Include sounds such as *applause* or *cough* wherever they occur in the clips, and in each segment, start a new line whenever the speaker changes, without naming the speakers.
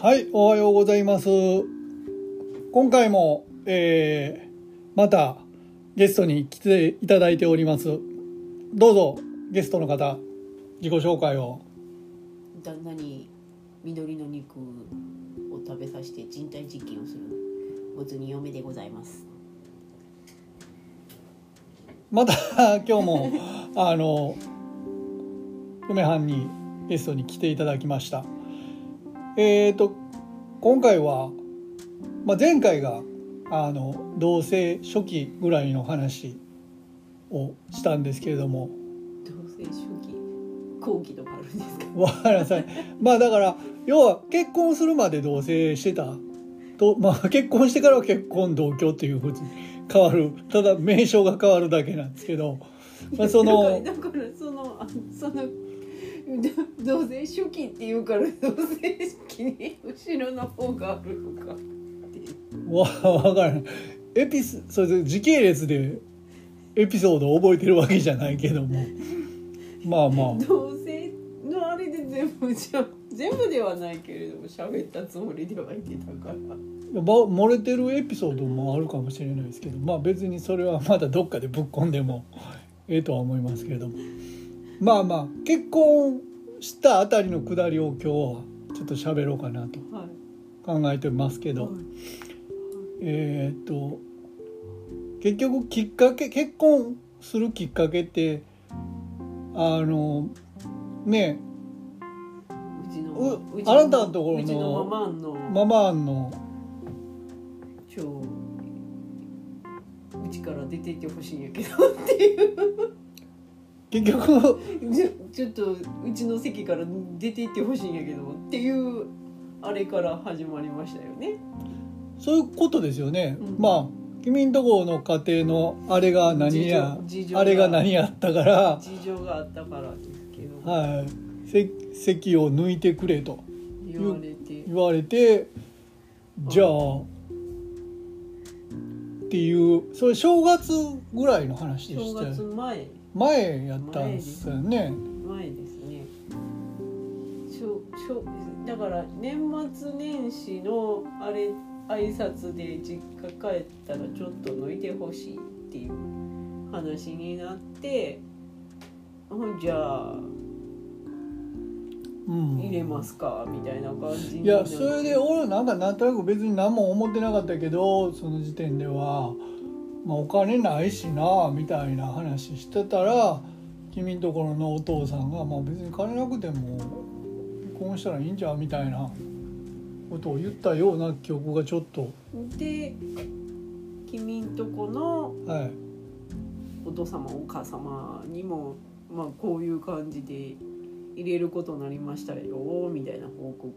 はい、おはようございます。今回も、えー、またゲストに来ていただいております。どうぞゲストの方自己紹介を。
旦那に緑の肉を食べさせて人体実験をするもつに嫁でございます
また *laughs* 今日もあの嫁はんにゲストに来ていただきました。えーと今回は、まあ、前回があの同棲初期ぐらいの話をしたんですけれども。
同棲初期後期とかあるんですか
わかりませんまあだから要は結婚するまで同棲してたと、まあ、結婚してからは結婚同居っていうふうに変わるただ名称が変わるだけなんですけど、まあ、その
*laughs* だからだからそのあその同棲初期っていうから同棲初期に後ろの方があるのか
わわからないエピスそれ時系列でエピソードを覚えてるわけじゃないけどもまあまあ
同棲のあれで全部じゃ全部ではないけれども喋ったつもりではいてたから
ば漏れてるエピソードもあるかもしれないですけどまあ別にそれはまだどっかでぶっ込んでも *laughs* ええとは思いますけれどもまあまあ結婚したあたりのくだりを今日はちょっと喋ろうかなと
はい
考えてますけどえーっと結局きっかけ結婚するきっかけってあのね
うちの
う
うちの
あなたのところの
うちのママの
ママの
超うちから出ていってほしいんやけど *laughs* っていう
結局
ちょちょっとうちの席から出ていってほしいんやけどっていうあれから始まりましたよね
そういうことですよね、
うん
まあ君んとこの家庭のあれが何や
事情
あれが何やったから、
事情があったからですけど、
はい、せ席を抜いてくれと
言われて
言われてじゃあっていうそれ正月ぐらいの話で
正
したよ
月前
前やったんですよね
前ですねしょしょだから年末年始のあれ挨拶で実家帰ったらちょっと抜いてほしいっていう話になってほんじゃあ
う
入れ
ん
ますかみたいな感
い
じにな
や
って
それで俺なんかなんとなく別に何も思ってなかったけどその時点では、まあ、お金ないしなみたいな話してたら君んところのお父さんが、まあ、別に金なくても結婚したらいいんじゃんみたいなことを言ったような記憶がちょっと
で君んとこの
はい
お父様お母様にも、まあ、こういう感じで入れることになりましたよみたいな報告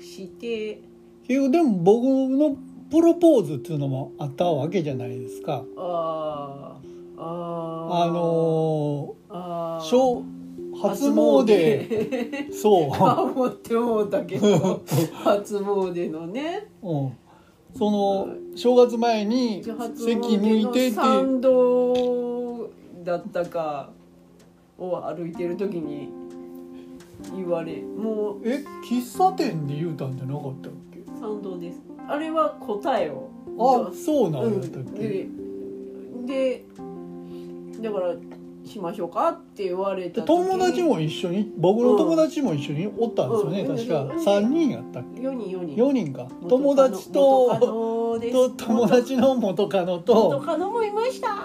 して
結局でも僕のプロポーズっていうのもあったわけじゃないですか。
あーあ
あの
あ
ー、
ー
小初詣そう、
あ思って思ったけど *laughs* 初詣のね
うん、その正月前に
一
席
発
抜いてっていう
参道だったかを歩いてる時に言われもう
え喫茶店で言うたんじゃなかったっけ
参道ですあれは答えを
あそうなんやったっけ、
うん、ででだからしましょうかって言われた時に
友達も一緒に僕の友達も一緒におったんですよね、
うん
確か、
うん
3人やったっ
4人4
け
人
4人か
元カノ
友達
元カ
と
ノです
と友達の元カノ
元
と
カノもいました
*laughs*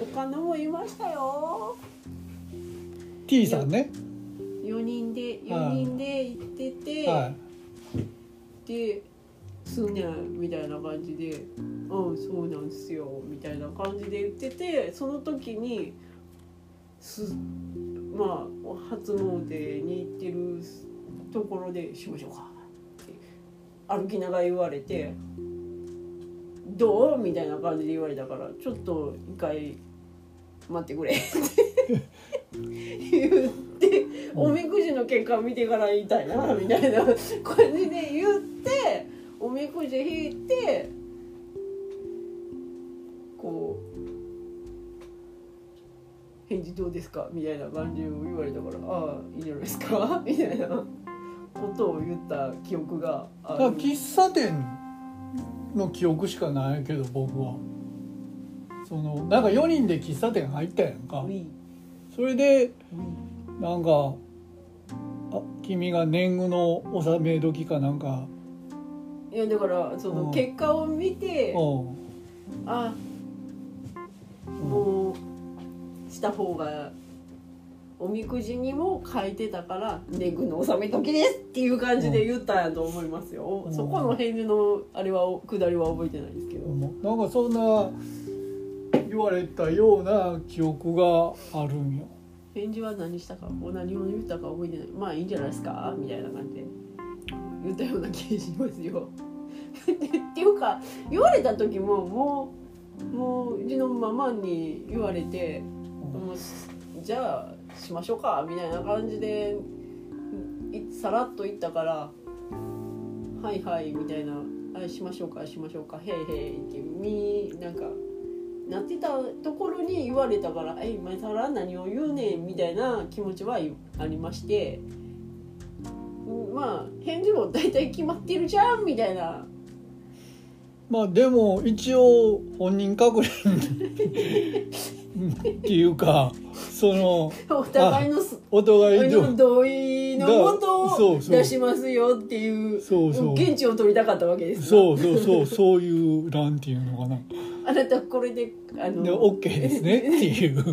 元カノもいましたよ
T さんね、
4人で4人で行ってて、
はい、
ですんねんみたいな感じで「うんそうなんですよ」みたいな感じで言っててその時にすまあ初詣に行ってるところで「しましょうか」って歩きながら言われて「どう?」みたいな感じで言われたから「ちょっと一回待ってくれ」って言って。おみくじの結果見てから言いたいなみたいな感じで言っておみくじ引いてこう返事どうですかみたいな感じを言われたからああいいんじゃないですか *laughs* みたいなことを言った記憶があ
だ
る
から喫茶店の記憶しかないけど僕はそのなんか4人で喫茶店入ったやんか
ウィ
それで
ウィ
なんかあ君が年貢の納め時かなんか
いやだからそうの
ん
結果を見て
うん
あ
うん
もうした方がおみくじにも書いてたから「年貢の納め時です」っていう感じで言ったんやと思いますよ、
うん
そこの返事のあれはくだりは覚えてないですけど、
なんかそんな言われたような記憶があるんよ
返事は何したかもう何を言ったか覚えてないまあいいんじゃないですかみたいな感じで言ったような気がしますよ *laughs* っていうか言われた時ももうもううちのママに言われてもうすじゃあしましょうかみたいな感じでいさらっと言ったから「はいはい」みたいな「あしましょうかしましょうかへいへい」ってみなんかなってたところに言われたから「え今更何を言うねん」みたいな気持ちはありましてうんまあ返事も大体決まってるじゃんみたいな
まあでも一応本人確認っていうかその
お互いのす
お互いで
の同意のも
だ
と
そ
を
うそう
出しますよっていう
そうそう
現地を取りたかったわけですな
そうそうそうそういうなんていうのかな
あなたこれであの
で OK ですねっていう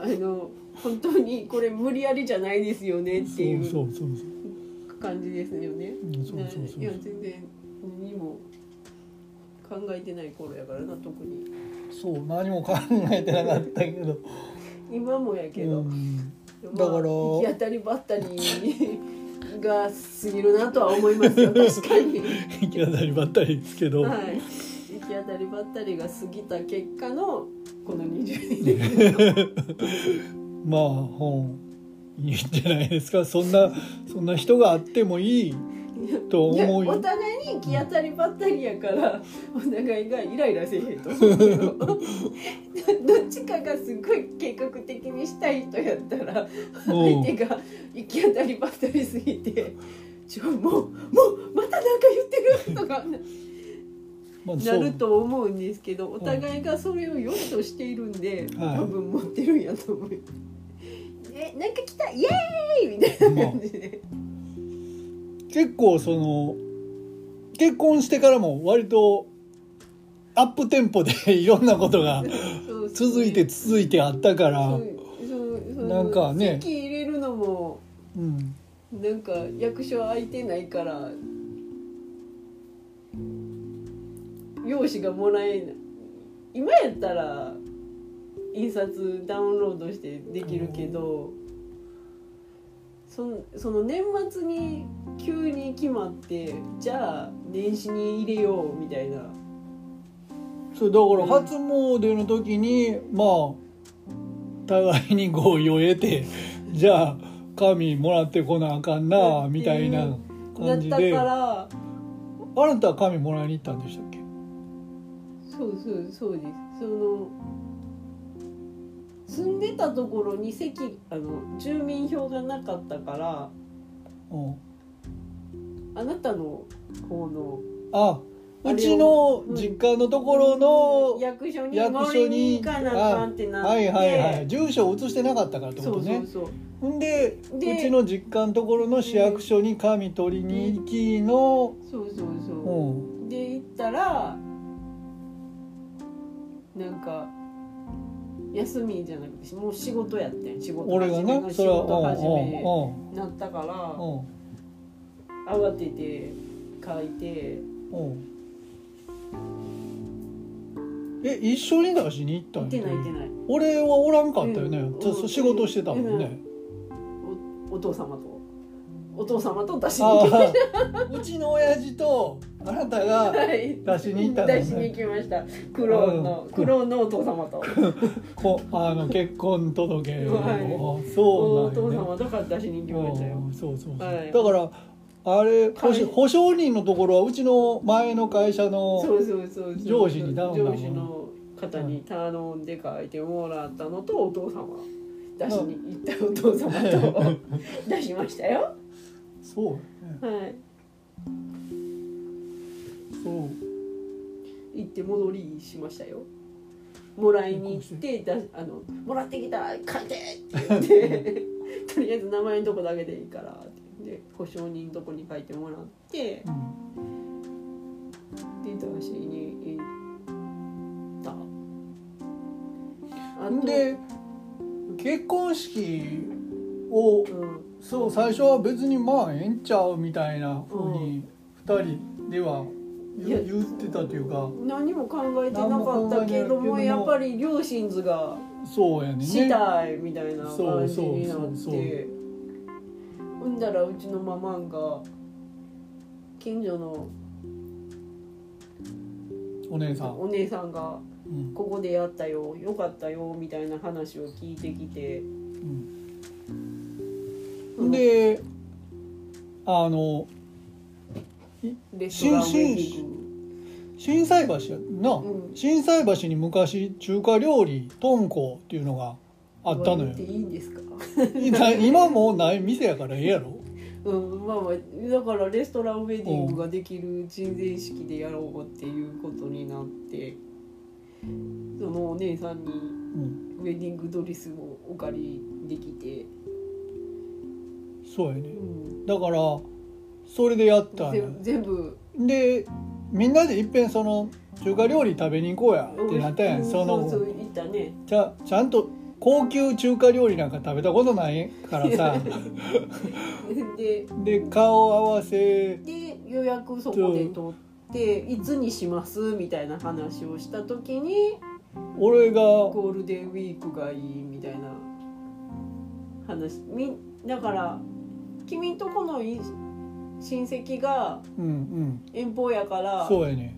あの本当にこれ無理やりじゃないですよねってい
そううそうそう
感じですよね。
そうそうそうそう
いや全然何も考えてない頃やからな特に
そう何も考えてなかったけど
今もやけど、
うん
まあ
だから
行き当たりばったりが過ぎるなとは思いますよ確かに。
行き当たりばったりですけど、
はい、行き当たりばったりが過ぎた結果のこの22年
まあ本いいんじゃないですかそんなそんな人があってもいいと
いや
思う
お
よ
互いに行き当たりばったりやからお互いがイライラせえへんと思うけ
*laughs*
どどっちかがすごい計画的にしたい人やったら
うん
相手が行き当たりばったりすぎて「ちょもうもうまた何か言ってる!」とか
まあ
な
そう
ると思うんですけどお互いがそれを良いとしているんで、
はい
多分持ってるんやと思う。 *laughs* えなんか来たイエーイみたいな感じで。
結構その結婚してからも割とアップテンポでいろんなことが
そうそう
続いて続いてあったから、な
なん
かね
籍入れるのも
うん、
なんか役所空いてないから用紙がもらえない今やったら印刷ダウンロードしてできるけどそのその年末に急に決まってじゃあ年始に入れようみたいな
それだから初詣の時にまあ互いに合意を得て *laughs* じゃあ神もらってこなあかんなみたいな
なっ
感じ
た
であ
から
なたは神もらいに行ったんでしたっけ
そうそうそうですその住んでたところに席あの住民票がなかったから
うん
あなたの方の
あうちの実家のところの
役所に
役
回
所
りに
に
行かなあかんってなって
はいはいはい住所を移してなかったからってこ
そ
と
うそ
ね
うそうん
で
で
うちの実家のところの市役所に紙取りに行きの、
そうそう
う
そ
ん、
うで行ったらなんか休みじゃなくてもう仕事やってん仕事
俺が
始め
ねそれ
仕
は
事始め
う
なったから
んうんうん
慌てて書いて
うんうんえ一緒に出しに行った
行っ
ん
て
や
ない行ってない
俺はおらんかったよね、
うん
ずっと仕事してたもんね、
お父様とお父様と出しに行きまし
ああ *laughs* うちの親父とあなた
た
が
はい *laughs*
出しに行ったんだ
出しに
ね
行きましたクローンの
うん
クローンのお父様と
こあの結婚届を、
*laughs* はい
あ
お
そう
父
なんやね
様とか出しに行きましたよ
うんそうそうそう、
はい
だからあれ保
はい
証保証人のところはうちの前の会社
そ
の
うそうそうそう
上司に頼んだもん
上司の方に頼んで書いてもらったのとお父様出しに行ったお父様
*laughs*
と出しましたよ。
そうやね
はい。
そう
行って戻りしましたよ。もらいに行ってだあのもらってきた書いてって言って *laughs* とりあえず名前のとこだけでいいからって言って保証人のとこに書いてもらって
うん
で出しに行った。あと
で結婚式を
うん
そう最初は別にまあええんちゃうみたいなふうに2人では言
いや
言ってたというか
何も考えてなかったけどもやっぱり両親図が
そうやねん
し
ね
たいみたいな感じにな
そうそう
っ
そう
てほんだらうちのママンが近所の
お姉さん、
お姉さんが
うん
「ここでやったよよかったよ」みたいな話を聞いてきて
うん、であの
レストランへ行
新心斎橋やな、
く、うん、
心斎橋に昔中華料理豚骨っていうのがあったのよ
言ていいんですか
な今もうない店やからええやろ
うんまあまあだからレストランウェディングができる人前式でやろうっていうことになってそのお姉さんに
うん
ウェディングドレスをお借りできて、
そうやね
うん、
だからそれでやったん
ぜ
や
全部
でみんなでいっぺんその中華料理食べに行こうやってなったやん
うん
その
そうそう言ったね
ちゃちゃんと高級中華料理なんか食べたことないからさ
で
で顔合わせ
で予約そこで取っていつにしますみたいな話をした時に
俺が
ゴールデンウィークがいいみたいな話みだから君んとこのい親戚が
うんうん
遠方やから
そうやね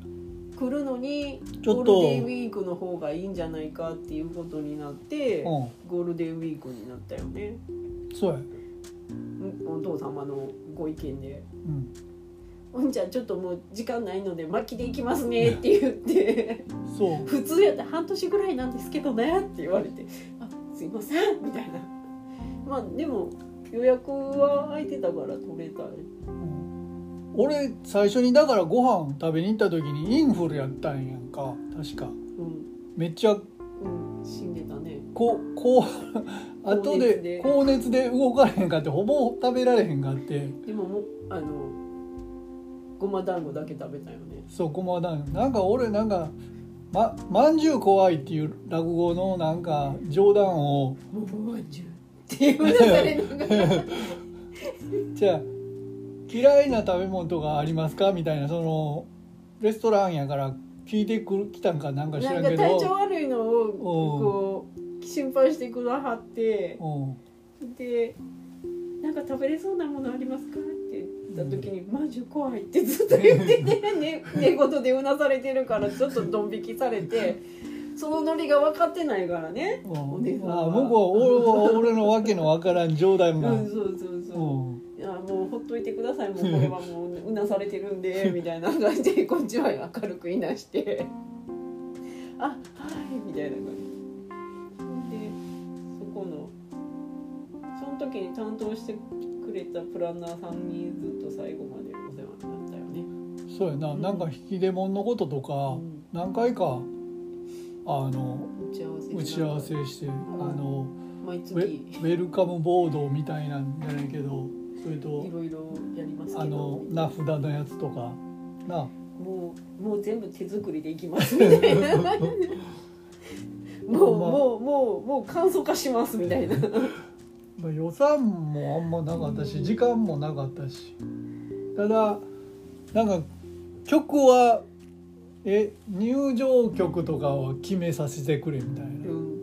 来るのに
ちょっ
ゴール
と
デンウィークの方がいいんじゃないかっていうことになって。
う
ゴールデンウィークになったよね
んそうや、
んお父様のご意見で
うん、
「うんちゃんちょっともう時間ないので巻きで行きますね」って言って
そう
「普通やったら半年ぐらいなんですけどね」って言われて「あすいません」みたいなまあでも予約は空いてたから取れた
俺最初にだからご飯食べに行った時にインフルやったんやんか確か
うん
めっちゃ
うん死んでたね
ここう
高熱
後で
で
高熱で動かれへんかってほぼ食べられへんかって
でももうあのごま団子だけ食べたよね
そこまだなんか俺なんかままんじゅう怖いっていう落語のなんか冗談を
「もうまんじゅう」っていうのされながら
じゃあ嫌いな食べ物とかありますかみたいなそのレストランやから聞いてくる来たんか
*laughs*
なんか知
な
ら
ん
ん
か
けど
体調悪いのをこう心配してくだはって
うん
で「なんか食べれそうなものありますか?」って言った時に「マジ怖い」ってずっと言ってて、ね、 *laughs* 寝言でうなされてるからちょっとドン引きされてそのノリが分かってないからね。お姉さんは
あ向こう俺俺のわけのわからん冗
う
談
ん
が、う
そうそうそ
ん
ういやもうほっといてくださいもうこれはもううなされてるんで *laughs* みたいな感じでこっちは明るくいなして「あはい」みたいな感じでそこのその時に担当してくれたプランナーさんにずっと最後までお世話になったよね。
そうやななんか引き出物のこととか
うん
何回かあの
打ち合わせ
打ち合わせしてあの
毎
ウェ
月
ウェルカムボードみたいなんじゃないけどそれと
いろいろやります
あ
け
の
ど
名札のやつとかな
もうもう全部手作りでいきますみたいなもうもうもうもう簡素化しますみたいな
まあ予算もあんまなかったし時間もなかったしただなんか曲はえ入場曲とかは決めさせてくれみたいな、
うん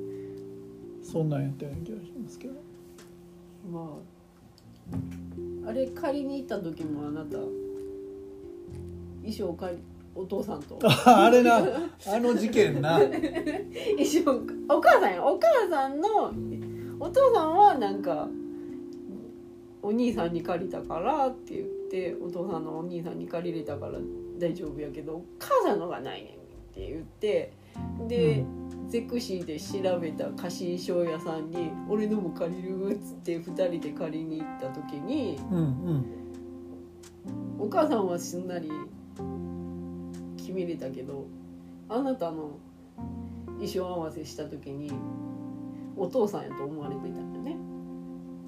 そんなんやったような気がしますけど *laughs*
まああれ借りに行った時もあなた衣装借りお父さんと
あれなあの事件
*laughs*
な
衣装お母さんやお母さんのお父さんはなんかお兄さんに借りたからって言ってお父さんのお兄さんに借りれたから大丈夫やけどお母さんのがないねんって言ってで、
う
ゼクシーで調べた貸衣装屋さんに「俺のも借りる」っつって2人で借りに行った時に
うん
お母さんはすんなり決めれたけどあなたの衣装合わせした時にお父さんやと思われてたんだよね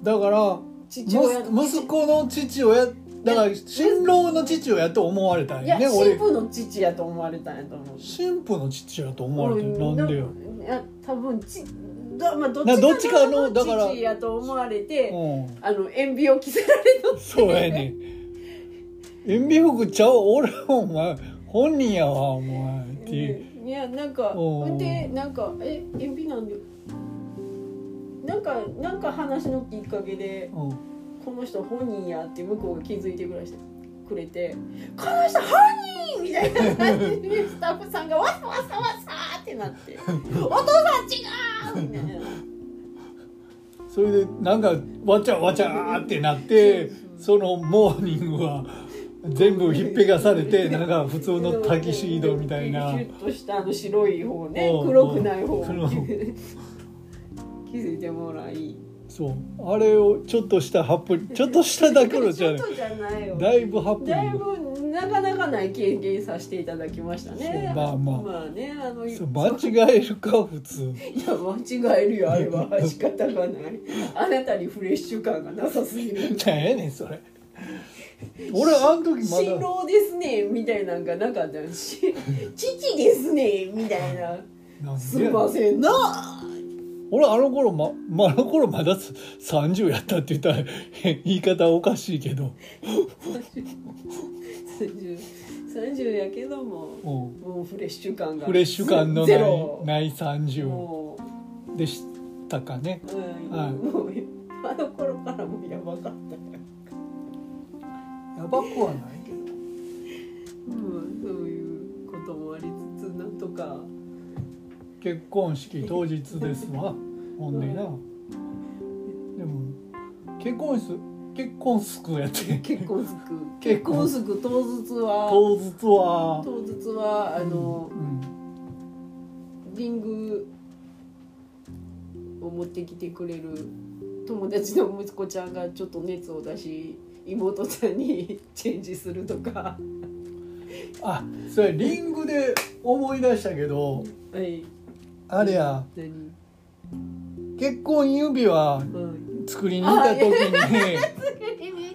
うんだから
父親
息息子の父親だから新郎の父親と思われたん
い
や
や
ね
新
俺
婦の父やと思われたんやと思う
新婦の父親と思われてるなんでよ、
いや多分ちど,、まあ、ど
などっ
っ
ち
ち
か
か
の
の
だから
父やと思われて、
う
あの塩ビを着せられとっ
ん、
て
そうやね塩ビ服ちゃう俺はお前本人やわお前っていう
うんいやなんか
おー
ほんでなんかえ塩ビなんでなんかなんか話のきっかけで
うん
この人本人やって向こうが気づいてくれしてくれて「この人本人!」みたいな感じで *laughs* スタッフさんがわさわさわさってなって「お父さん違う!」みたいな。
それでなんかわちゃわちゃってなってそのモーニングは全部ひっぺがされてなんか普通のタキシードみたいな
シュッとしたあの白い方ね
うん
黒くない方
黒
*laughs* 気づいてもらい
そうあれをちょっとしたハプニちょっとしただけのじゃない
ちょっとじゃないよ
だいぶハプニ
だい
ング
ぶなかなかない経験させていただきましたね
そうまあまあ
ねあの
そう間違えるか普通
いや間違えるよあれは *laughs* 仕方がないあなたにフレッシュ感がなさすぎる
*laughs* なんやねんそれ俺あの時ま
新
だ
郎ですねみたいなんかなかったし父ですねみたいな
なん
す
で
い
や
ませんな
俺あの頃ままあの頃まだ30やったって言ったら *laughs* へ言い方おかしいけど
30 30やけども
うん
もうフレッシュ感が
フレッシュ感のな
ゼ
い
ロ
ない30
も
でしたかね
う、うん
はい
もうあの頃からもうやばかったから
やばくはないけど
うん、そういうこともありつつなんとか
結婚式当日ですわほんでなでも結婚す結婚すくやって
結婚すく
結
結
婚
婚すく当日は
当日は
当日はあの
うん
リングを持ってきてくれる友達の息子ちゃんがちょっと熱を出し妹さんに *laughs* チェンジするとか、
あそれリングで思い出したけど
はい、
あれや
何、
結婚指輪
うん、
作りに行った時に
作りに行っ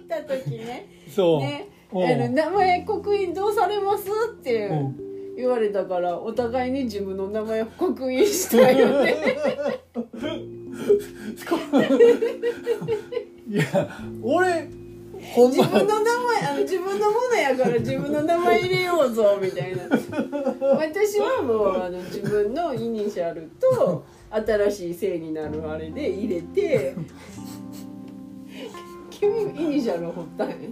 た時ね
そう、
ねあ
うん
の名前刻印どうされますって
うん
言われたからお互いに自分の名前を刻印したよね
いや俺ほん
自
ま
分の名前あの自分のものやから自分の名前入れようぞみたいな私はもうあの自分のイニシャルと新しい姓になるあれで入れて君イニシャルを彫ったんやんな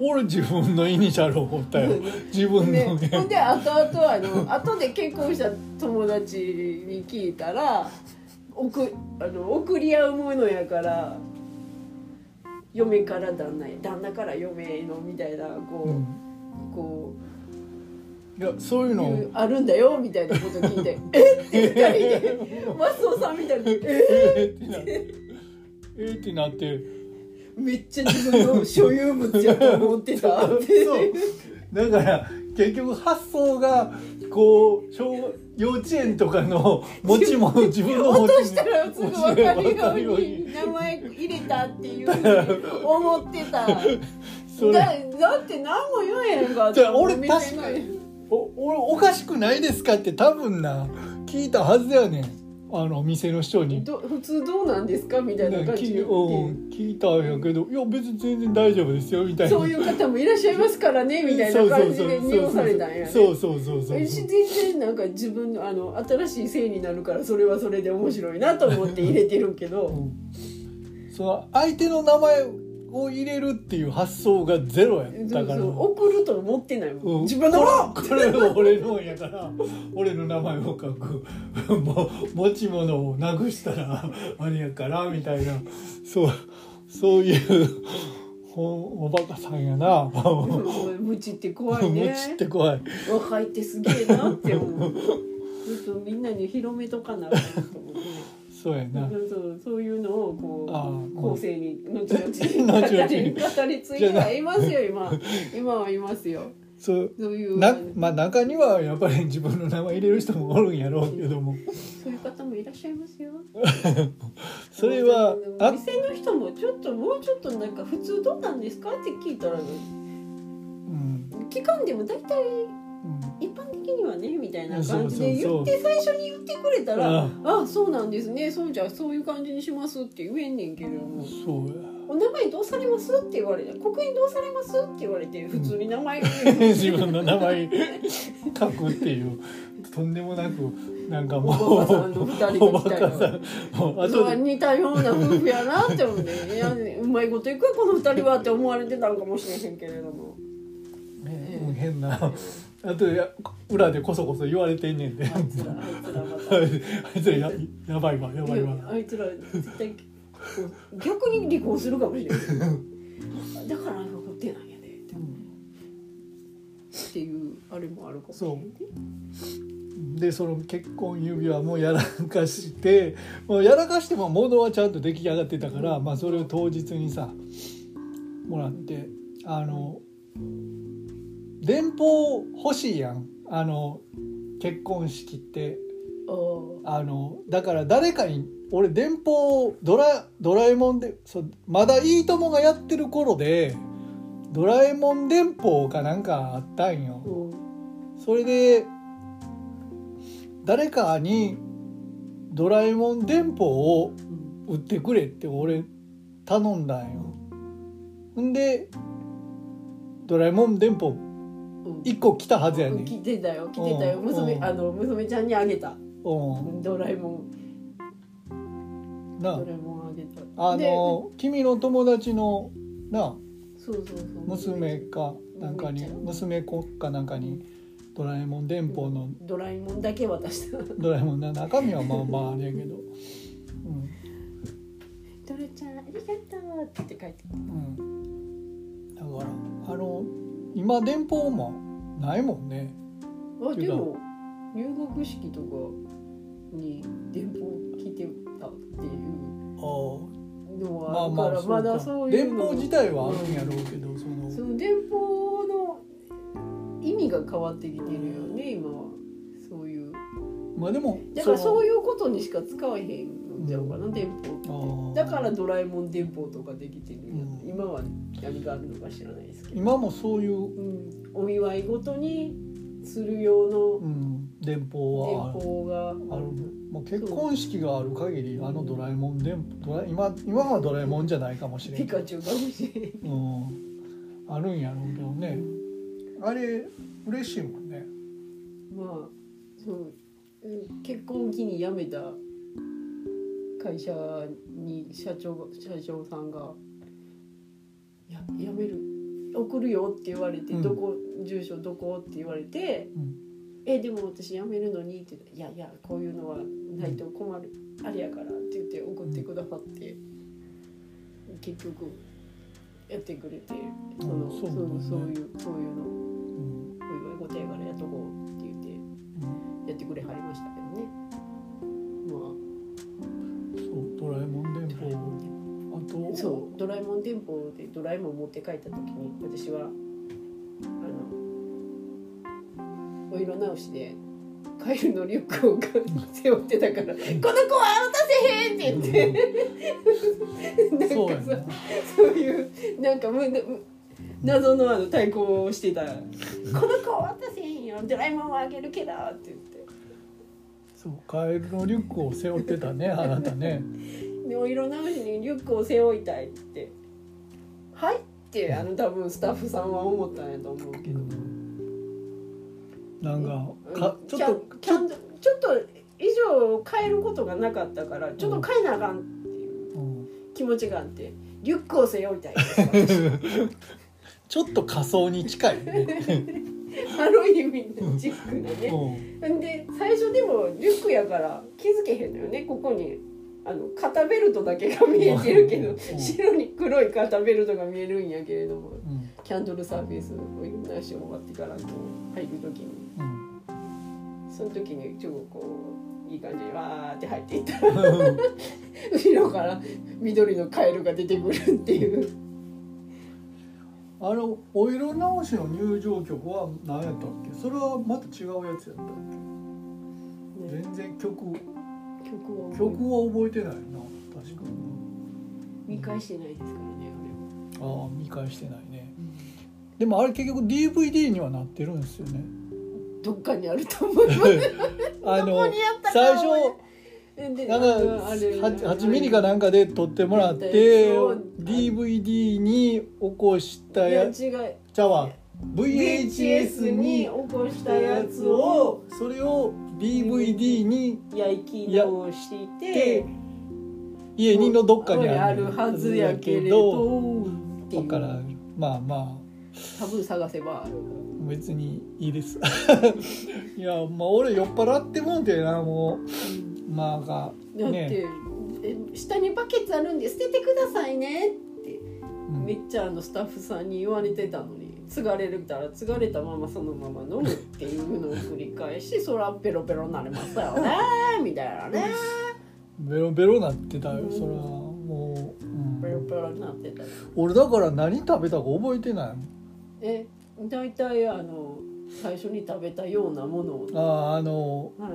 俺自分のイニシャルを持ったよ自分
ね、
のね
ほんで後々あの後で結婚した友達に聞いたら送あの送り合うものやから嫁から旦那へ旦那から嫁へのみたいなこう,、
うん
こ
いやそういう
う
の
いうあるんだよみたいなこと聞い *laughs* て「えっ?」て二人でマスオさんみたいに「え
えーってなってえーってなって
めっちゃ自分の所有物やと思ってた」 *laughs* って
そうだから結局発想がこう小幼稚園とかの持ち物自分の持
落
ち物
としたらすぐ分かるように名前入れたっていうふうに思ってただ
それ
だって何も言えへんかっ
じ
た
ゃあ俺確かにおおおかしくないですかって多分な聞いたはずだよねんあの店の人に。
ど普通どうなんですかみたいな感じ
聞
で
うん聞いたんやけど「いや別に全然大丈夫ですよ」みたいな
そういう方もいらっしゃいますからねみたいな感じで
そう
濁されたんやね
そうそうそうそうそう
えし全然なんか自分のあの新しい性になるからそれはそれで面白いなと思って入れてるけど
うんその相手の名前を入れるっていう発想がゼロやったから
そうそう送ると思ってないもん、
うん
自分のもん
これは俺のやから俺の名前を書くもう持ち物をなくしたらあれやからみたいなそうそういうおおバカさんやな
そう無知って怖い
無 *laughs*
ね
知って怖い
若いってすげえなって思うちょっとみんなに広めとかなあかんと思って
そうやな
そうそういうのを
ああ
こ
うん
う後世に
*laughs*
後
々
々語り語り継いではいますよ今今はいますよ
そう
そういう
なまあ中にはやっぱり自分の名前入れる人もおるんやろうけども
そういう方もいらっしゃいますよ
それは
あ
あ
の店の人もちょっともうちょっとなんか普通どうなんですかって聞いたら
うん
期間でも大体
うん
一般的にはねみたいな感じで
そ
言
うそうそう
って最初に言ってくれたら
う
「あそうなんですねそうじゃあそういう感じにします」って言えんねんけれども
そうや
「お名前どうされます?」って言われて「刻印どうされます?」って言われて普通に名前が *laughs*
自分の名前書くっていうとんでもなくなんか
お
もう
ばさんの二人
お
が
バ
来た
カさ
よ。
んもう
う
後
わ
で
似たような夫婦やなって思っていやうまいこといくわこの二人はって思われてたんかもしれへんけれども
ねうん変な後でや裏でこそこそ言われてんねんで
あ
*laughs* あ
いつら
いつら
あいつらまた
ややばいわやばい
いや
わ
あいつら絶対こう逆に離婚するかもしれないだから怒ってないんやでってっていうあれもあるかもしれないね
でその結婚指輪もやらかしてもうやらかしても物はちゃんと出来上がってたから、まあ、それを当日にさもらってあの電報欲しいやんあの結婚式って
あー
あのだから誰かに俺電報をドラ「ドラえもんで」そうまだ「いいとも!」がやってる頃で「ドラえもん電報」かなんかあったんよ。
うん
それで誰かに「ドラえもん電報を売ってくれ」って俺頼んだんよ。んで「ドラえもん電報
うん
1個来たはずや
う
ね
ん
ん。
来てたよ来てたよ
うんう
娘
ん
あの娘ちゃんにあげた
う
ドラえも
ん、
ん
な
ドラえもんあげた
ああの君の友達のな
でそうそうそう
娘かなんかに娘子かなんかに「ドラえもん電報」の
ドラえもんだけ渡した
「ドラえもん」の中身はまあまああれやけど、うん、
ドラちゃんありがとうって書いて
うん、だからあの今電報もないもんね
あでも入学式とかに電報来てたっていう
あ
の
ま
はあ
あ
る
ま
か
あ
ら、
そう
ま
か
だそういう
電
の
報自体はあるんやろうけど、その
その電報の意味が変わってきてるよね今はそういう
まあでも
だからそう
い
いうことにしか使わへんのちゃうかな、電
あー
報ってだからドラえもん電報とかできてるよ、
うん
今は何があるのか知らないですけど、
今もそういう、
うん、お祝いごとにする用の
うん、電
電
報はある
報がある
あるもう結婚式がある限りあのドラえもん電報ドラ今今はドラえもんじゃないかもしれ
ピ
んけど
カチュウかもしれない
うん、あるんやろうけどねあれ嬉しいもんね
まあそううん結婚を機に辞めた会社に社長が社長さんが「や辞める送るよ」って言われて「
うん
どこ住所どこ?」って言われて
うん
「えでも私辞めるのに」って言ったら「いやいやこういうのはないと困る、あれやから」って言って送ってくださって、結局やってくれてその、
そう
そ
なんだね
のそういうそういうのを
うん
お祝いご提からやっとこうって言って。
うん
やってくれはりましたけどね。ま
そうドラえもん電報
あ、
あと
そう、ドラえもん電報でドラえもん持って帰った時に、私は。あの。お色直しで。カエルのリュックを背負ってたから「この子は渡せへん!」って言って
そう
な
や
ん
な
かさそういうなんかむむ謎のあの対抗をしてたら「この子は渡せへんよドラえもんはあげるけど」って言って
そうカエルのリュックを背負ってた
*laughs*
ねあなたね
でお色直しにリュックを背負いたいって「はい」ってあの多分スタッフさんは思ったんやと思うけど、
なん
うん
かかちょっと
キャンキャンちょっと以上変えることがなかったからちょっと変えなあかんっていう
うん
気持ちがあってリュックを背負いたい
*laughs* ちょっと仮想に近いね、
ある意味のチックな
う
ね
ん
んで最初でもリュックやから気づけへんのよねここにあの肩ベルトだけが見えてるけ
う
ど
ん
白に黒い肩ベルトが見えるんやけれども
うん
キャンドルサーフェイスをいろんな足を終わってからこう入る時に
うん
その時にちょっとこういい感じにわーって入っていったら *laughs* 後ろから緑のカエルが出てくるっていう
あのお色直しの入場曲は何やったっけそれはまた違うやつやったっけ
ね
全然曲
曲を
曲は覚えてないな確か
見返してないですからねあ
にああ見返してないねでもあれ結局 DVD にはなってるんですよ
*laughs*
ね *laughs*
れどっかにあると思います
あ
どこ
の
にあったか
最初
で
なん
あの
か
あれ
8 8ミリかなんかで撮ってもらって
そう
DVD に起こした
いや違
や
う
つじゃあ VHS
VHS に
に
起こしたやつを
それを DVD に
焼き直してい
で
て
家にのどっかにあ
あ
る
るはずやけれ
は
どっ
ず
てい
やけどだ
う
からまあま
多分探せばある
あ別にいいです *laughs* いやまあ俺酔っ払ってもんてなもうまあが
だって、え下にバケツあるんで捨ててくださいねって
うん
めっちゃあのスタッフさんに言われてたのに継がれるから継がれたままそのまま飲むっていうのを繰り返してそらペロペロになりましたよね *laughs* みたいなね
ベロベロなってたよ
うん
それはもう、うん
ペロペロになってたの
俺だから何食べたか覚えてないもん
え大体あの最初に食べたようなものを
あーあの
はい、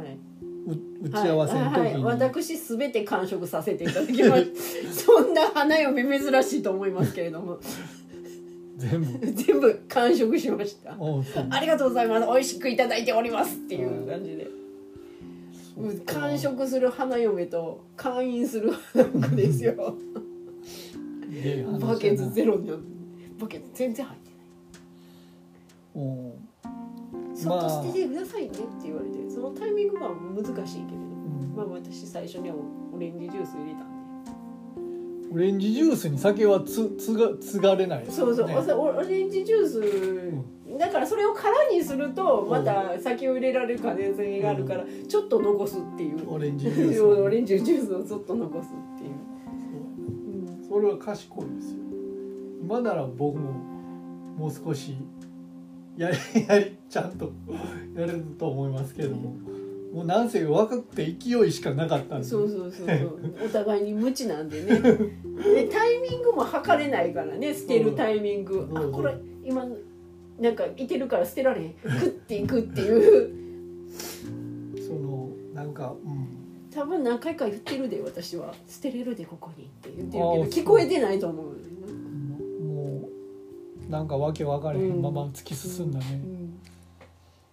う打ち合わせの時に、
はいはい私すべて完食させていただきまし
*laughs*
たそんな花嫁珍しいと思いますけれども
全部
全部完食しました
おうそう
ありがとうございます美味しくいただいておりますっていう感じでうん完食する花嫁と会員する花婿ですよ
で話
バケツゼロにバケツ全然入って
おう
ないそっと捨ててくださいねって言われてそのタイミングは難しいけ
う
れど
ん
まあ私最初にはオレンジジュース入れたん
オレンジジュースに酒はつつがつがれない
でそうそう、
ね
おさオオレンジジュースだからそれを空にするとまた酒を入れられる可能性があるからちょっと残すっていう
オレンジジュース
*laughs* オレンジジュースをちょっと残すっていう。
それは賢いですよ今なら僕ももう少しや *laughs* りやりちゃんとやれると思いますけどももうなんせ若くて勢いしかなかったんで
そうそうそ
*laughs*
うそうお互いに無知なんでねでタイミングも測れないからね捨てるタイミング
うん
あ
うん
これ今なんかいてるから捨て
*laughs*
られへん食っていくっていう
そのなんか、うん、
多分何回か言ってるで私は捨てれるでここにって言って
あー
るけど聞こえてないと思うよね、
もうなんかわけ分かれへんまま突き進んだ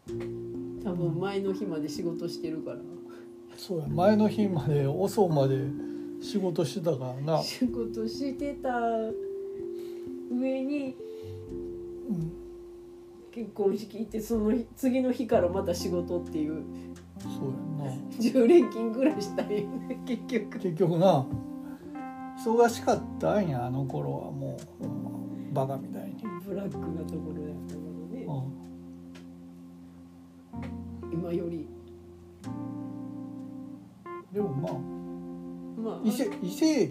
う
ね、
ん、多分前の日まで仕事してるから
そうや前の日まで遅うまで仕事してたからな、
仕事してた上に
うん、
結婚式行ってその日次の日からまた仕事っていう
そうやんな
10連勤ぐらいしたいよね結局
結局な忙しかったんやあの頃はもうほんまバカみたいに、
ブラックなところだったからね
うん
今より
でもまあ
ま
伊
あ
勢伊勢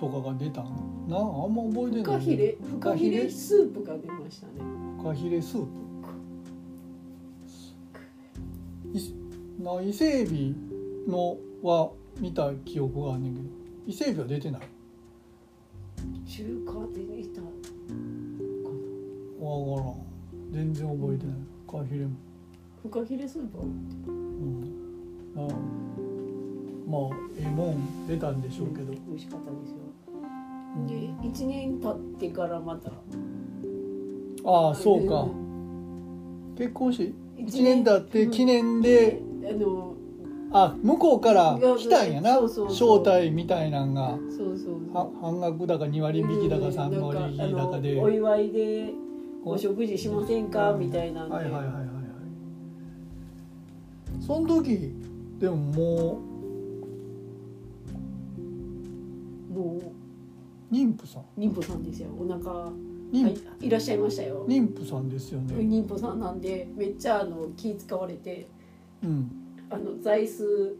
とかが出たんなあんま覚えて
フ
な
カ
い
ヒレフカヒレ
フ
スープが出ましたね
カヒレスープ伊勢な伊勢エビのは見た記憶があんねんけど伊勢エビは出てない
中華でいたかな
わからん全然覚えてないフカヒレも、
フカヒレスープは売
うん、あまあええもん出たんでしょう
って
けど、
美味しかったですよ
うん
で1年経ってからまた
ああそうか結婚して1年経って記
念
念で
あの
あ向こうから来たんやな
そうそうそう
招待みたいなんが
そうそう
は半額だか2割引きだか3割引きだかで
なんあのお祝いでお
はい
食事しませんかみたいなんで、
はいはいはいはいその時でもも
も
う妊婦さん
う妊婦さんですよお腹、は
妊婦
い、いらっしゃいましたよ
妊婦さんですよね
妊婦さんなんでめっちゃあの気使われて
うん
あの座椅子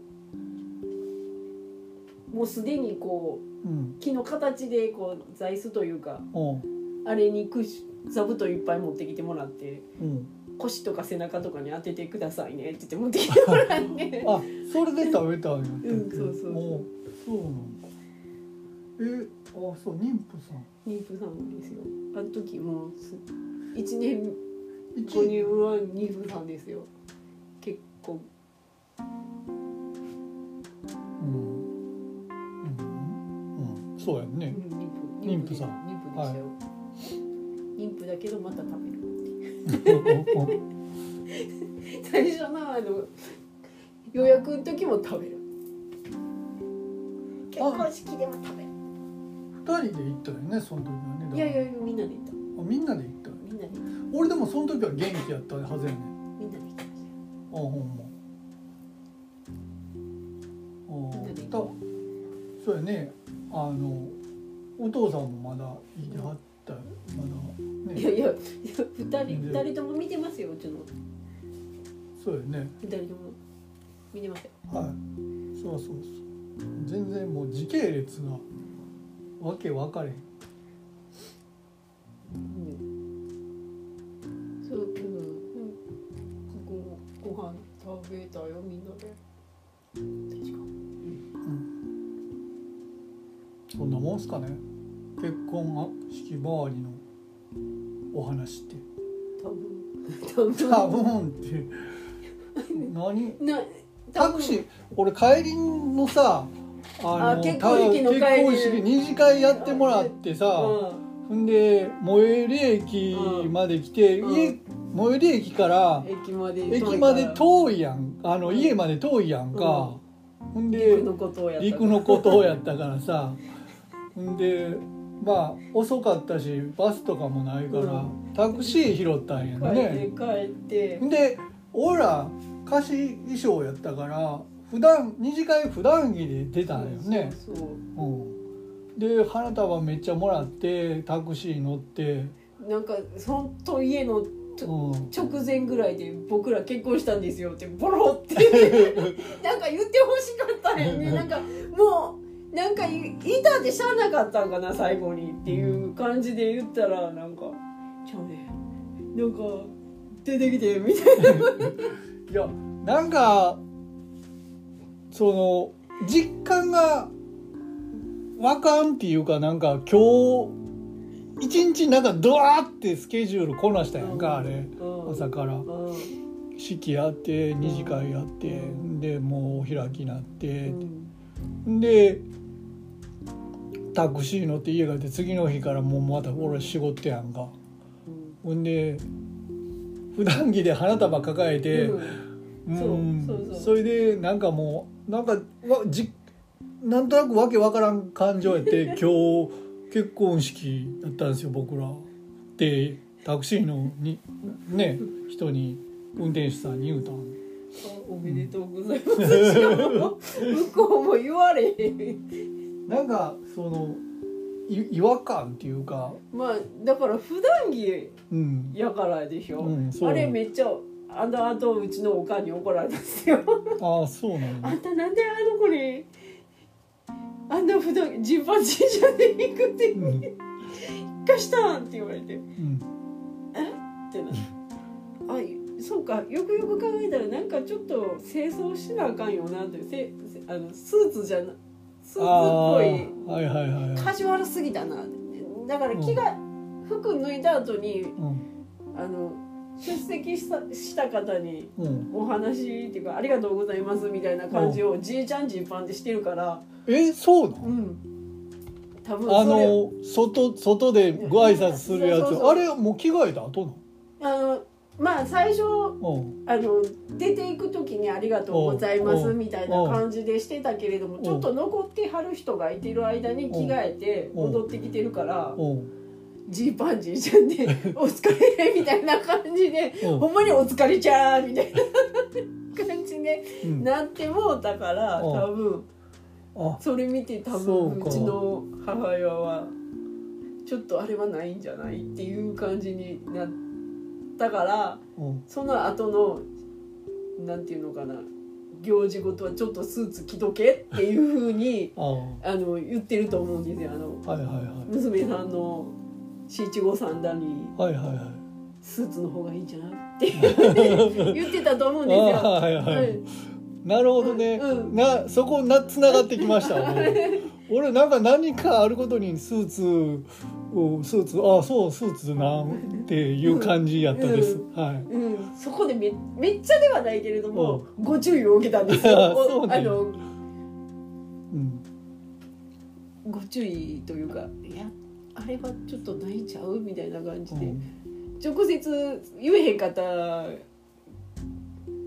もうすでにこう
うん
木の形でこう座椅子というか
おう
あれにくし座布団いっぱい持ってきてもらって
うん
腰とか背中とかに当ててくださいねって言って持ってきてもらって
あそれで食べたんやって
うんそうそう
もうそうなんだえあそう妊婦さん
妊婦さんですよあの時もうす1年
一
後には妊婦さんですよ結構
うんうんうんそうやん
うん
ね
妊婦
妊婦さん
妊婦でしたよ、妊婦だけどまた食べる
*laughs*
最初のあの予約の時も食べる結婚式でも食べる
二人で行ったよねその時はねだから
いやいやいやみんなで行った
あみんなで行ったよ
みんなで行った
俺でもその時は元気やったはずやねん
みんなで行きまし
あほんまあ
みんなで
た
行
そうやねあのお父さんもまだいてはったよまだ
たいや
ね
いやいや二人二人とも見てますようちの
そうやね
二人とも見てますよ
はいそうそうそう全然もう時系列がわけ分かれへん
そううんごご飯食べたよみんなで確か
そんなもんすかね結婚式周りのお話 *laughs* って
多分多分
多分って何
*laughs* な
タクシー俺帰りのさあ
あ結婚式の帰り
た結婚式2次会やってもらって
多
さ、
分
ほんで最寄り駅まで来て、
うん
家最寄り駅から
うん、駅まで遠いから
駅まで遠いやんあの
うん
家まで遠いやんか、ほんで
陸のことをやった
陸のことをやったからさほんでまあ遅かったしバスとかもないから、
う
タクシー拾ったんやん
帰って
ね。
帰って
で俺ら歌詞衣装やったから普段二次会普段着で出たんよね。
そうそう
うん、で花束めっちゃもらってタクシー乗って、
なんか本当家のちょ
うん、
直前ぐらいで僕ら結婚したんですよってボロって *laughs* なんか言ってほしかったねねなんかもうなんか言いたってしゃあなかったんかな最後にっていう感じで言ったらなんか「ちゃうねなんか出てきて」みたい *laughs* ない
やなんかその実感がわかんっていうかなんか今日一日なんかドワーってスケジュールこなしたやんかあれ
うん
朝から
うん
式やって二次会やって
うん
でもうお開きになっ
う
て
ん
でタクシー乗って家帰って次の日からもうまた俺仕事やんか
うん
ほんで普段着で花束抱えて、
うんそうそうそう
れでなんかもうなんかわじなんとなくわけわからん感情やって
*laughs*
今日結婚式やったんですよ僕ら。でタクシーのにね人に運転手さんに言うたん
おおめでとうございます。しかも向こうも言われへん。
なんかそのい違和感っていうか、
まあだから普段着
うん、
やからでしょ、
うんそう
あれめっちゃあのあとうちのおかんに怒られたんで
*laughs*
すよ
ああそうなん
あ
だ
んたなんであの子にあんな普段ジーパンジーじゃねえくって
うん
貸したんって言われてっ
うん
てなあそうかよくよく考えたらなんかちょっと清掃しなあかんよなってせせあのスーツじゃなス
あ
ーツっ
ー
ぽい
はいはいはいは
カ
い、
ジュアルすぎたなだから着が、服脱いだ後に
うん
あの出席したした方に
うん、
お話っていうか「ありがとうございます」みたいな感じをじいちゃんじいパンでしてるから
えそうなん
うん多分
あ
それ
の外外でご挨拶するや
そうそう
つ
そう
あれもう着替えた後
あのまあ最初
なのうん
あの出ていく時に「ありがとうございます」みたいな感じでしてたけれども
うん
ちょっと残ってはる人がいてる間に着替えて
うん
戻ってきてるから
うん
ジーパンジーちゃんで「お疲れ」みたいな感じで「
うん
ほんまにお疲れちゃー」みたいな感じで
うん
なってもうたから
うん
多分。
あ
それ見て多
そう
分
か
うちの母親はちょっとあれはないんじゃないっていう感じになったから
うん
その後のなんていうのかな行事ごとはちょっとスーツ着とけっていうふうに *laughs*
あは
あの言ってると思うんですよあの
いはいは
娘さんの七五三だに
いはいはいはい
スーツの方がいいじゃんって
*laughs*
言ってたと思うんですよ。
あーはいはいなるほどね、
うん
なそこなつながってきま
*laughs*
したね俺なんか何かあることにスーツをスーツああそうスーツなんていう感じやったです、
う
はい
うん、そこでめめっちゃではないけれども、
う
ご注意を受けたんです
あ
よ。
*laughs* そう
お
ね
あの
うん
ご注意というかいやあれはちょっとないんちゃうみたいな感じ
う
で、
ん
直接言えへんかったら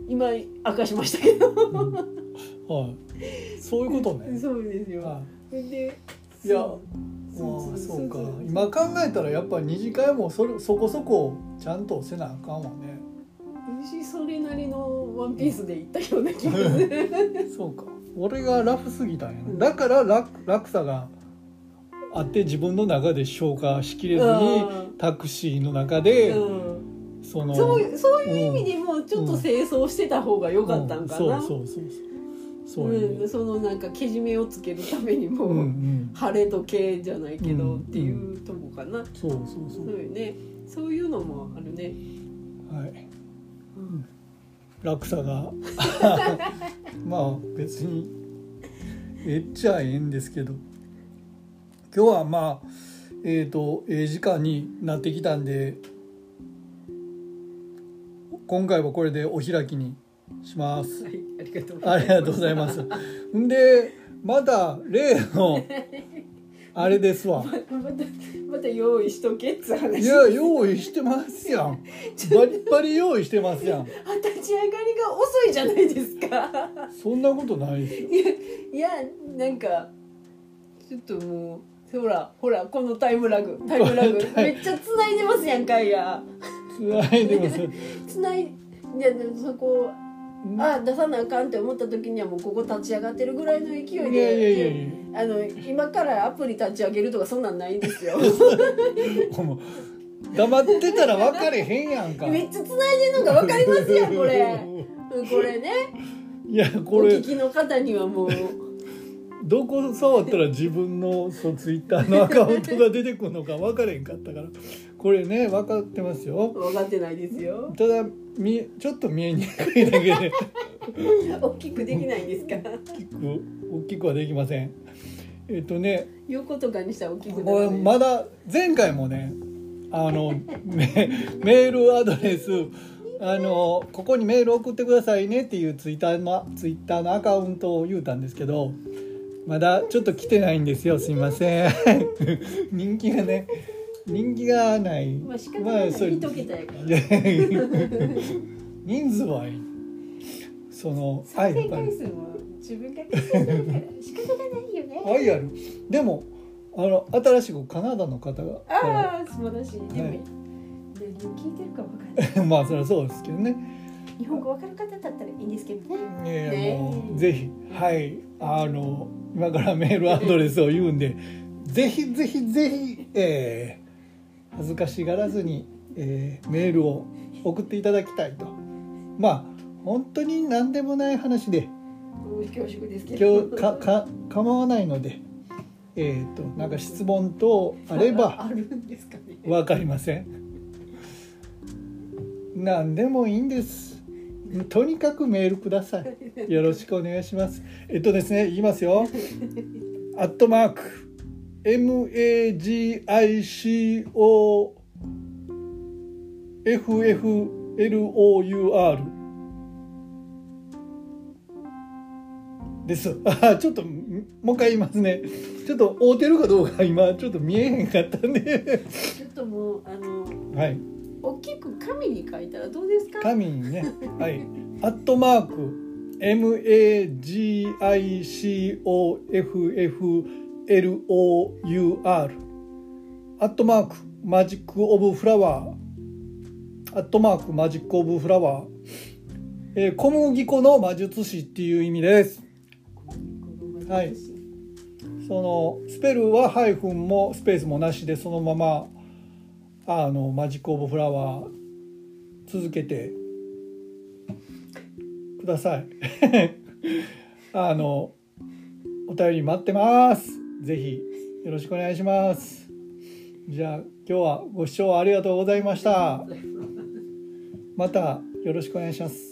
今明かしましたけど、 *laughs*
はい、そういうことね、
そうですよ。
は
で
い、いや
そう
まあ
スーツ
そうか
スーツ
今考えたらやっぱ二次会もそれそこそこちゃんとせなあかんわね
*laughs* 私それなりのワンピースで行ったような気がする
そうか俺がラフすぎたんや
うん
なだから楽落差があって自分の中で消化しきれずに
うん
タクシーの中で、
うん
その
そう
う
いうそういう意味でもちょっと清掃してた方が良かったんかな、、
んそうそうそうそうそういううん
そのなんかけじめをつけるためにも、
うんうん
晴れとけじゃないけど、
うん
っていうとこかな、
そうそうそ
そう
う
よねそういうのもあるね、
はい
うん
落差が *laughs* まあ別にえっちゃええんですけど今日はまあえっ、とええ時間になってきたんで今回はこれでお開きにします
はいありがとうござ
あ
い
り
ます
がとうございますんでまた例のあれですわ
またまた用意しとけっつう話
いや用意してますやんバリバリ用意してますやん
立ち上がりが遅いじゃないですか *laughs*
そんなことないですよ
いやなんかちょっともうほらほらこのタイムラグタイムラグ
タイ
めっちゃ繋いでますやんかいや
つないでます
繋いいやでもそこあ出さなあかんって思った時にはもうここ立ち上がってるぐらいの勢い
いや
で
いやいやいや
あの今からアプリ立ち上げるとかそんなんないんですよ
もう黙ってたら分かれへんやんか。
めっちゃ繋いでるのが分かりますやんこ *laughs* れうんこれね
いやこ
お
れ
聞きの方にはもう
どこ触ったら自分のそうツイッターのアカウントが出てくるのか分かれへんかったからこれね分かってますよ。
分かってないですよ
ただ見ちょっと見えにくいだけで
大きくできないんですか
大きく大きくはできません。えっとね
横とかにしたら大きくな
こ
ら
れ
ない
まだ前回もねあのメメールアドレスあのここにメール送ってくださいねっていうツイッターのツイッターのアカウントを言うたんですけどまだちょっと来てないんですよすいません *laughs* 人気がね人気がない *laughs*
まあ仕方ない、
そう
見とけたやから。
人数はいいその
再
やっ
生
ぱり
回数も自分が稼いでるから仕方がないよね。
愛あるでもあの新しくカナダの方が
ああ素晴らしい。でも、
はい
何を聞いてるかわかんない。
まあそりゃそうですけどね
日本語わかる方だったらいいんですけどね。
ねえ
ね
もうぜひはいあの今からメールアドレスを言うんでぜひぜひぜひ、えー恥ずかしがらずに、えーメールを送っていただきたいとまあ本当に何でもない話で
もう恐縮ですけど。
今日かか構わないのでえっ、となんか質問等あれば
あるんですかね。
わかりません何でもいいんですとにかくメールくださいよろしくお願いします。えっとですね、言いますよ。アットマーク M A G I C O F F L O U R です。あ、ちょっとんもう一回言いますね。ちょっと合うてるかどうか今ちょっと見えへんかったんで。
ちょっともうあの
はい。
大きく紙に書いたらどうですか。
紙にね、はい、アットマーク M A G I C O F F L O U R アットマークマジックオブフラワーアットマークマジックオブフラワー、えー小麦粉の魔術師っていう意味です。はいそのスペルはハイフンもスペースもなしでそのままあのマジック・オブ・フラワー続けてください *laughs* あのお便り待ってますぜひよろしくお願いしますじゃあ今日はご視聴ありがとうございました
ありがとうございます
またよろしくお願いします